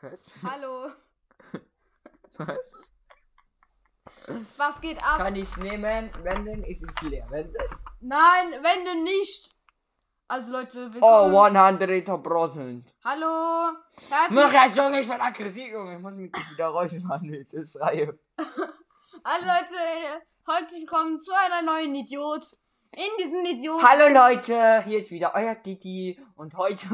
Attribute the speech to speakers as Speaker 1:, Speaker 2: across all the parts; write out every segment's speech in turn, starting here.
Speaker 1: Was?
Speaker 2: Hallo.
Speaker 1: Was?
Speaker 2: Was geht ab?
Speaker 3: Kann ich nehmen? Wenden ist es leer. Wenden.
Speaker 2: Nein, wenn denn nicht. Also Leute, willkommen.
Speaker 3: Oh, 100%.
Speaker 2: Hallo. Herzlich.
Speaker 3: Mach jetzt, Junge, ich werd aggressiv, Junge. Ich muss mich jetzt wieder rausmachen, jetzt ich schreie.
Speaker 2: Hallo Leute, herzlich willkommen zu einer neuen Idiot. In diesem Idiot.
Speaker 3: Hallo Leute, hier ist wieder euer Titi und heute.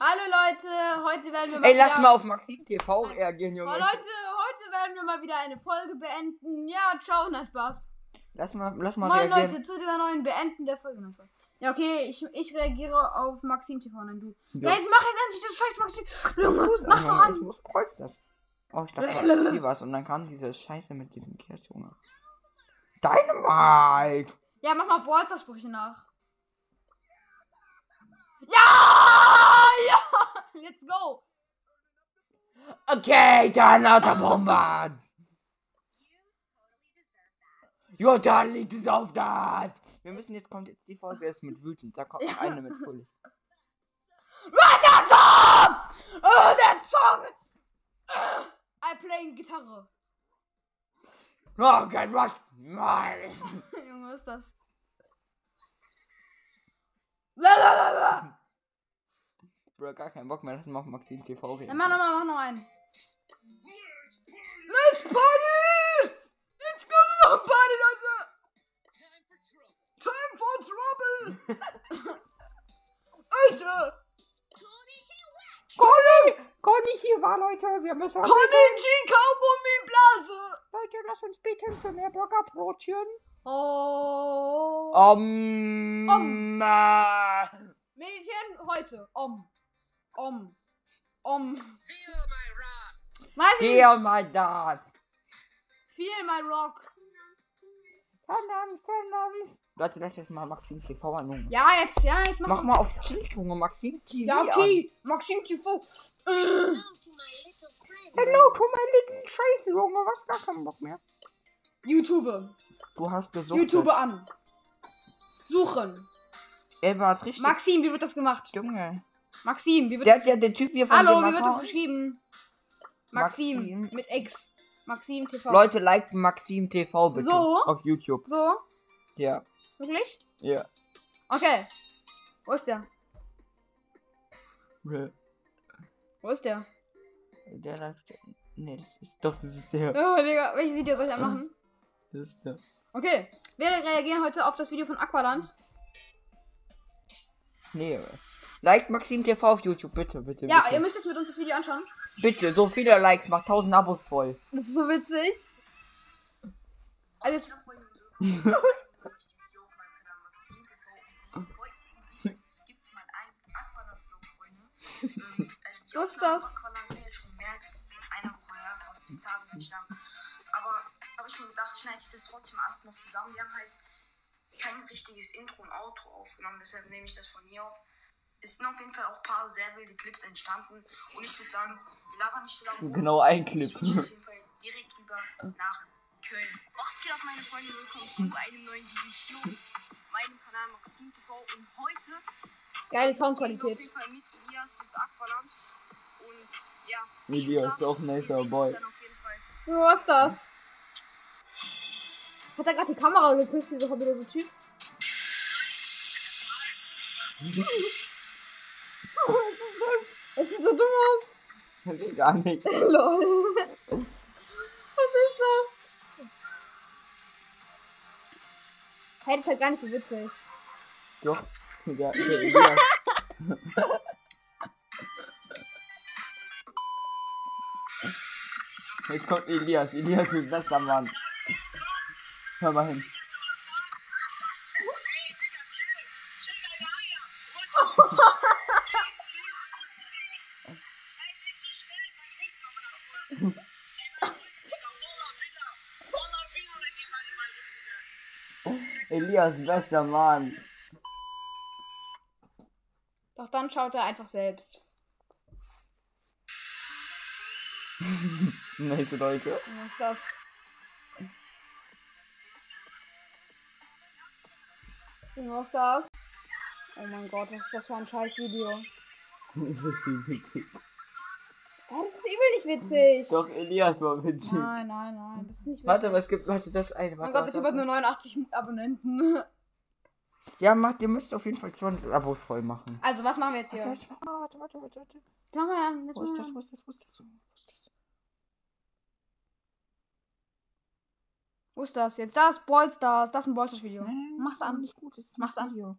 Speaker 2: Hallo Leute, heute werden wir mal
Speaker 3: Ey, lass
Speaker 2: wieder-
Speaker 3: mal auf Maxim TV reagieren,
Speaker 2: Oh,
Speaker 3: Junge.
Speaker 2: Leute, heute werden wir mal wieder eine Folge beenden. Ja, ciao und hat Spaß.
Speaker 3: Lass mal, lass mal
Speaker 2: Moin
Speaker 3: reagieren.
Speaker 2: Leute, zu dieser neuen Beenden der Folge. nochmal. Ja, okay, ich, ich reagiere auf Maxim TV. Nein, du.
Speaker 3: Ja.
Speaker 2: Ja, jetzt mach jetzt endlich das scheiß Maxim. Junge, mach's doch
Speaker 3: Ich
Speaker 2: an.
Speaker 3: muss kreuz das. Oh, ich dachte, ich sehe was. Und dann kam diese Scheiße mit diesem Käse, Junge. Dynamite!
Speaker 2: Ja, mach mal Bolzersprüche nach. Ja! Ja! Let's go!
Speaker 3: Okay, dann lauter Bombard! You totally deserve that! Wir müssen jetzt, kommt jetzt die Folge erst mit wütend. Da kommt noch eine mit Fröhlich.
Speaker 2: What the song! Oh, that song! Ugh. I playing Gitarre.
Speaker 3: Rocket, Rocket, Oh, nein!
Speaker 2: Junge, was ist das? La, la, la, la.
Speaker 3: Bro, gar keinen Bock mehr, lass mal auf Maxim TV
Speaker 2: Ja,
Speaker 3: reden.
Speaker 2: mach nochmal, mach noch einen.
Speaker 3: Let's party! Jetzt kommen wir noch Party, Leute! Time for trouble! Alter! Conny! Conny hier war, Leute, wir müssen...
Speaker 2: Konnichi Kaugummiblase!
Speaker 3: Leute, lass uns beten für mehr Burgerbrotchen.
Speaker 2: Oh.
Speaker 3: Um...
Speaker 2: Um.
Speaker 3: Äh,
Speaker 2: Meditieren heute. Om. Om. Om. Weiß ich nicht.
Speaker 3: dear my dad.
Speaker 2: Feel my rock.
Speaker 3: Verdammt, verdammt. Leute, lass jetzt mal Maxim TV an, Junge.
Speaker 2: Ja, jetzt, ja, jetzt mach,
Speaker 3: Mach mal auf Chill, Junge, Maxim TV
Speaker 2: Ja,
Speaker 3: an.
Speaker 2: okay. Maxim TV. Äh.
Speaker 3: Hello to my little Scheiße, Junge, was gar keinen Bock mehr.
Speaker 2: YouTube.
Speaker 3: Du hast gesucht.
Speaker 2: YouTube an. Suchen.
Speaker 3: Ebert, richtig.
Speaker 2: Maxim, wie wird das gemacht?
Speaker 3: Junge.
Speaker 2: Maxim, wie wird
Speaker 3: Der hat ja den Typ hier von
Speaker 2: Hallo,
Speaker 3: dem
Speaker 2: wie wird das
Speaker 3: Account.
Speaker 2: geschrieben? Maxim,
Speaker 3: Maxim.
Speaker 2: mit X. Maxim TV.
Speaker 3: Leute, liked Maxim TV bitte.
Speaker 2: So?
Speaker 3: Auf YouTube.
Speaker 2: So,
Speaker 3: Ja.
Speaker 2: wirklich?
Speaker 3: Ja.
Speaker 2: Okay. Wo ist der? Wo ist der?
Speaker 3: Der liked. Nee, das ist doch, das ist der.
Speaker 2: Oh, Digga, welches Video soll ich da machen?
Speaker 3: Das ist der.
Speaker 2: Okay. Wir reagieren heute auf das Video von Aqualand.
Speaker 3: Nee. Liked Maxim TV auf YouTube, bitte, bitte.
Speaker 2: Ja,
Speaker 3: bitte.
Speaker 2: ihr müsst jetzt mit uns das Video anschauen.
Speaker 3: bitte, so viele Likes, macht 1000 Abos voll.
Speaker 2: Das ist so witzig. Also, es-
Speaker 4: Was
Speaker 2: ist das?
Speaker 4: Schon März, eine Woche her, vor sieben Tagen würde ich sagen. Aber habe ich mir gedacht, schneide ich das trotzdem alles noch zusammen. Wir haben halt kein richtiges Intro und Outro aufgenommen, deshalb nehme ich das von hier auf. Es sind auf jeden Fall auch ein paar sehr wilde Clips entstanden und ich würde sagen, wir labern nicht so lange. rum.
Speaker 3: Genau ein Clip.
Speaker 4: Ich wünsche auf jeden Fall direkt über
Speaker 3: Ah.
Speaker 4: nach Köln. Was geht ab, meine Freunde?
Speaker 3: Hm.
Speaker 4: Willkommen zu einem neuen Video. Meinem Kanal Maxim TV und heute
Speaker 2: geile
Speaker 4: sind wir auf
Speaker 2: Soundqualität.
Speaker 4: jeden Fall mit Elias ins Aqualand. Und ja, ich
Speaker 3: Elias
Speaker 4: würd
Speaker 3: ist auch ein
Speaker 4: wir
Speaker 3: nicer
Speaker 4: sehen uns
Speaker 3: Boy.
Speaker 4: dann auf jeden Fall.
Speaker 2: Was ist das? Hat er gerade die Kamera geküsst, dieser hobbylose Typ? Es sieht so dumm aus.
Speaker 3: Das ist gar nicht.
Speaker 2: Lol. Was ist das? Hey, das ist halt gar nicht so witzig.
Speaker 3: Doch. Der, der Elias. Jetzt kommt Elias. Elias ist bester Mann. Hör mal hin. Elias, bester Mann.
Speaker 2: Doch dann schaut er einfach selbst.
Speaker 3: Nice Leute.
Speaker 2: Was ist das? Was ist das? Oh mein Gott, was ist das für ein scheiß Video?
Speaker 3: so viel witzig.
Speaker 2: Ey, Das ist übel nicht witzig.
Speaker 3: Doch, Elias war witzig.
Speaker 2: Nein, nein, nein. Das ist nicht witzig.
Speaker 3: Warte, was gibt. Warte, das eine. Warte,
Speaker 2: mein Oh Gott,
Speaker 3: warte,
Speaker 2: ich habe
Speaker 3: warte.
Speaker 2: nur 89 Abonnenten.
Speaker 3: Ja, macht, ihr müsst auf jeden Fall 200 Abos voll machen.
Speaker 2: Also, was machen wir jetzt hier?
Speaker 3: Warte, Ah, warte, warte, warte, warte.
Speaker 2: Mach mal, jetzt
Speaker 3: Wo ist das?
Speaker 2: mal.
Speaker 3: Wo ist das? Wo ist das? Wo ist das?
Speaker 2: Wo ist das jetzt? Das ist Ballstars. Das ist ein Ballstars-Video.
Speaker 3: Nein, nein,
Speaker 2: Mach's
Speaker 3: das ist
Speaker 2: an.
Speaker 3: Nicht gut, das ist
Speaker 2: Mach's
Speaker 3: nicht
Speaker 2: an.
Speaker 3: Video.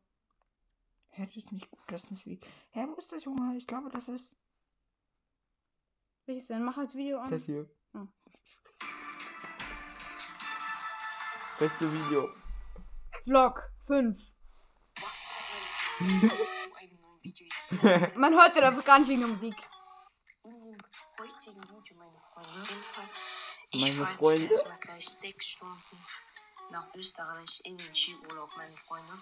Speaker 3: Hä, das ist nicht gut, das ist nicht wie. Hä, wo ist das, Junge? Ich glaube, das ist.
Speaker 2: Welches denn? Mach das Video an.
Speaker 3: hier.
Speaker 2: Hm.
Speaker 3: Beste Video.
Speaker 2: Vlog 5.
Speaker 4: zu einem neuen Video.
Speaker 2: Man hört ja das gar nicht wegen der Musik.
Speaker 4: In dem Hm, heutigen Video, meine Freunde, auf jeden Fall, ich
Speaker 3: Meine
Speaker 4: fahre
Speaker 3: Freunde.
Speaker 4: jetzt erstmal gleich sechs Stunden nach Österreich in den Skiurlaub, meine Freunde.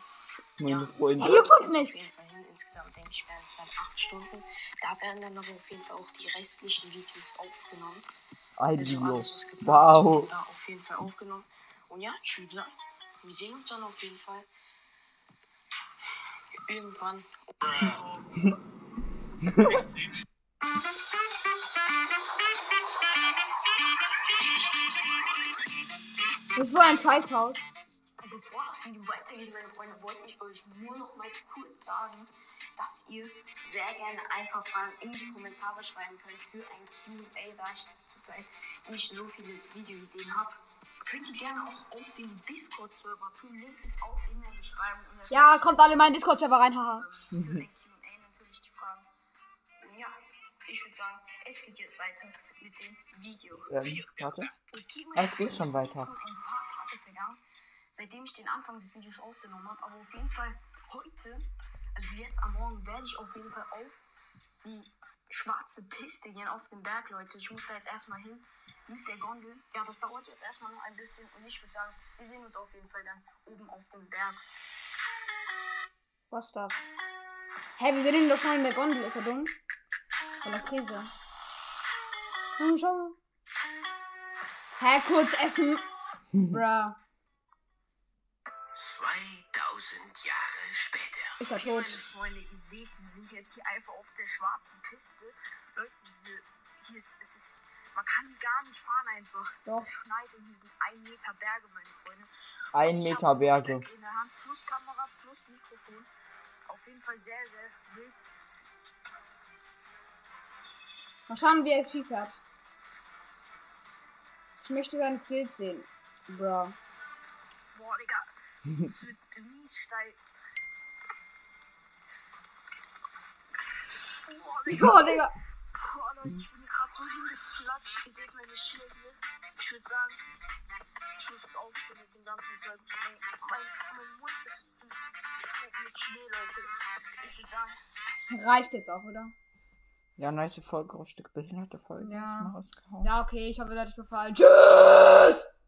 Speaker 3: Meine Freunde.
Speaker 2: Hallo. guckst
Speaker 4: Jetzt
Speaker 2: nicht.
Speaker 4: Auf jeden Fall hin. Insgesamt denke ich, werden es dann acht Stunden. Da werden dann aber auf jeden Fall auch die restlichen Videos aufgenommen.
Speaker 3: Ein
Speaker 4: Also
Speaker 3: Video.
Speaker 4: alles, was geplant ist,
Speaker 3: Wow.
Speaker 4: wird da auf jeden Fall aufgenommen. Und ja, Schüler, wir sehen uns dann auf jeden Fall irgendwann.
Speaker 2: Das ist so ein Scheißhaus.
Speaker 4: Also Bevor das Video weitergeht, meine Freunde, wollte ich euch nur noch mal kurz sagen, dass ihr sehr gerne ein paar Fragen in die Kommentare schreiben könnt für ein QA, da ich zurzeit nicht so viele Videoideen habe. Könnt ihr gerne auch auf den Discord-Server tun. Link ist auch in der Beschreibung. Und das
Speaker 2: Ja, kommt alle in meinen Discord-Server rein, haha.
Speaker 4: ähm, für ein Q&A natürlich die Fragen. Und ja, ich würde sagen, es geht jetzt weiter mit dem Video.
Speaker 3: Ähm, warte.
Speaker 4: Okay,
Speaker 3: Ah, es geht schon
Speaker 4: es sind
Speaker 3: weiter.
Speaker 4: schon ein paar Tage vergangen, seitdem ich den Anfang des Videos aufgenommen habe. Aber auf jeden Fall heute, also jetzt am Morgen, werde ich auf jeden Fall auf die schwarze Piste gehen, auf den Berg, Leute. Ich muss da jetzt erstmal hin mit der Gondel. Ja, das dauert jetzt erstmal noch ein bisschen. Und ich würde sagen, wir sehen uns auf jeden Fall dann oben auf dem Berg.
Speaker 2: Was ist das? Hä, wir sehen ihn doch schon in der Gondel. Ist er dumm? Von der Krise. Hm, schau mal. Hä, kurz essen. Bruh.
Speaker 4: 2000 Jahre später.
Speaker 2: Ist er
Speaker 4: Meine
Speaker 2: tot?
Speaker 4: Freunde, ihr seht, die sind jetzt hier einfach auf der schwarzen Piste. Leute, diese, hier ist, es ist, man kann hier gar nicht fahren einfach.
Speaker 2: Doch.
Speaker 4: Es schneit und hier sind ein Meter Berge, meine Freunde.
Speaker 3: Ein
Speaker 4: Ich hab
Speaker 3: Meter Berge.
Speaker 4: Rucksack In der Hand, plus Kamera, plus Mikrofon. Auf jeden Fall sehr, sehr wild.
Speaker 2: Mal schauen, wie er es schief hat. Ich möchte seine Skills sehen. Bruh.
Speaker 4: Boah, Digga, es wird mies steil. Boah, Digga.
Speaker 2: Oh, Digga.
Speaker 4: Boah, Leute, ich bin gerade so hingeflatscht. Ihr seht meine Schiene hier. Ich würde sagen, ich muss aufstehen mit dem ganzen Zeug. Mein, mein, mein Mund ist voll mit Schnee, Leute. Ich würde sagen,
Speaker 2: Reicht jetzt auch, oder?
Speaker 3: Ja, nice Folge, auch Stück behinderte Folge.
Speaker 2: Ja.
Speaker 3: Ist mal rausgehauen.
Speaker 2: Ja, okay, ich hoffe, es hat euch gefallen. Tschüss!